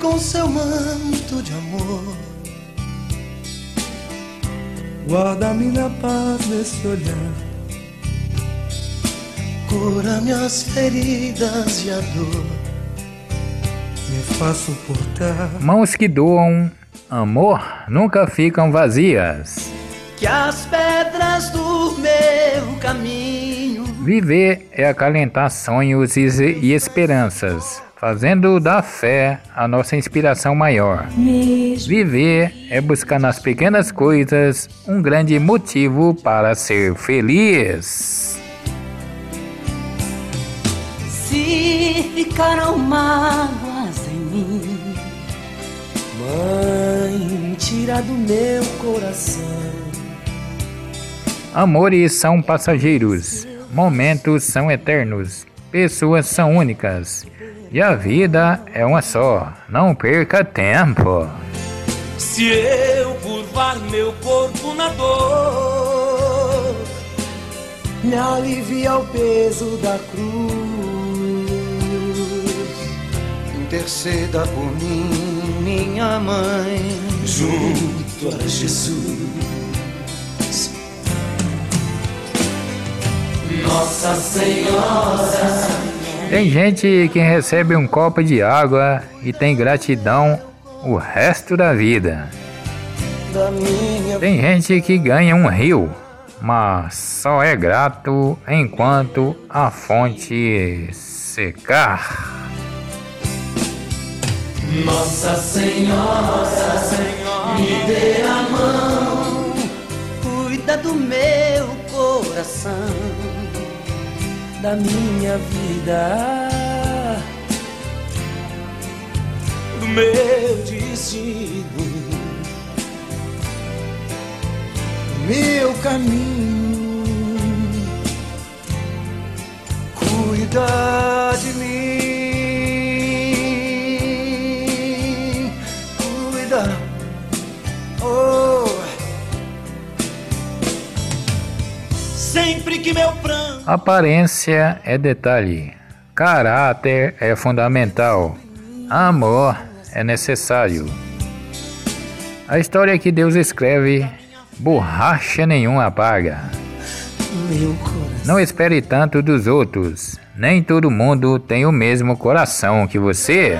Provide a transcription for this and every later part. com seu manto de amor. Guarda-me na paz desse olhar. Cura minhas feridas e a dor. Me faço suportar. Mãos que doam amor nunca ficam vazias. Que as pedras do meu caminho. Viver é acalentar sonhos e, e esperanças, fazendo da fé a nossa inspiração maior. Viver é buscar nas pequenas coisas um grande motivo para ser feliz. Se ficaram mágoas em mim, Mãe, tira do meu coração. Amores são passageiros, momentos são eternos, pessoas são únicas. E a vida é uma só, não perca tempo. Se eu curvar meu corpo na dor, Me alivia o peso da cruz. Interceda por mim, minha mãe. junto a Jesus. Nossa Senhora, Tem gente que recebe um copo de água e tem gratidão o resto da vida. Da minha Tem gente que ganha um rio, mas só é grato enquanto a fonte secar. Nossa Senhora, Senhora, me dê a mão. cuida do meu coração. da minha vida. do meu destino. Meu caminho. Cuida de mim. Cuida. Oh. Sempre que meu pranto Aparência é detalhe, caráter é fundamental, amor é necessário. A história que Deus escreve, borracha nenhuma apaga. Meu coração. Não espere tanto dos outros, nem todo mundo tem o mesmo coração que você.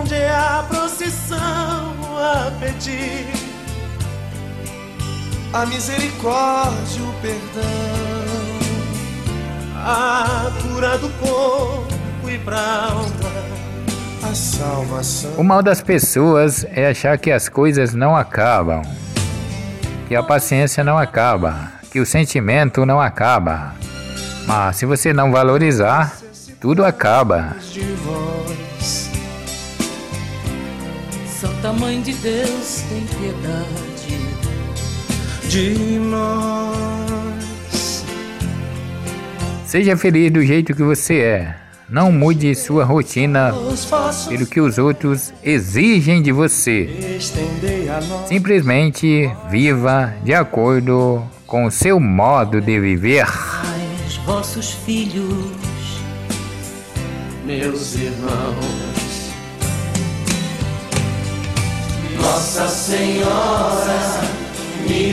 onde é a procissão a pedir, A misericórdia, o perdão. a cura do corpo e pra Um alma. A salvação. O mal das pessoas é achar que as coisas não acabam, que a paciência não acaba, que o sentimento não acaba. Mas se você não valorizar, tudo acaba. De voz. Santa Mãe de Deus, tem piedade. De nós. Seja feliz do jeito que você é. Não mude sua rotina Os faços pelo que os outros exigem de você. estendei a nós. Simplesmente viva de acordo com o seu modo de viver. Pais, vossos filhos, meus irmãos. Nossa Senhora, me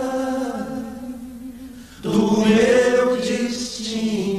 do meu destino.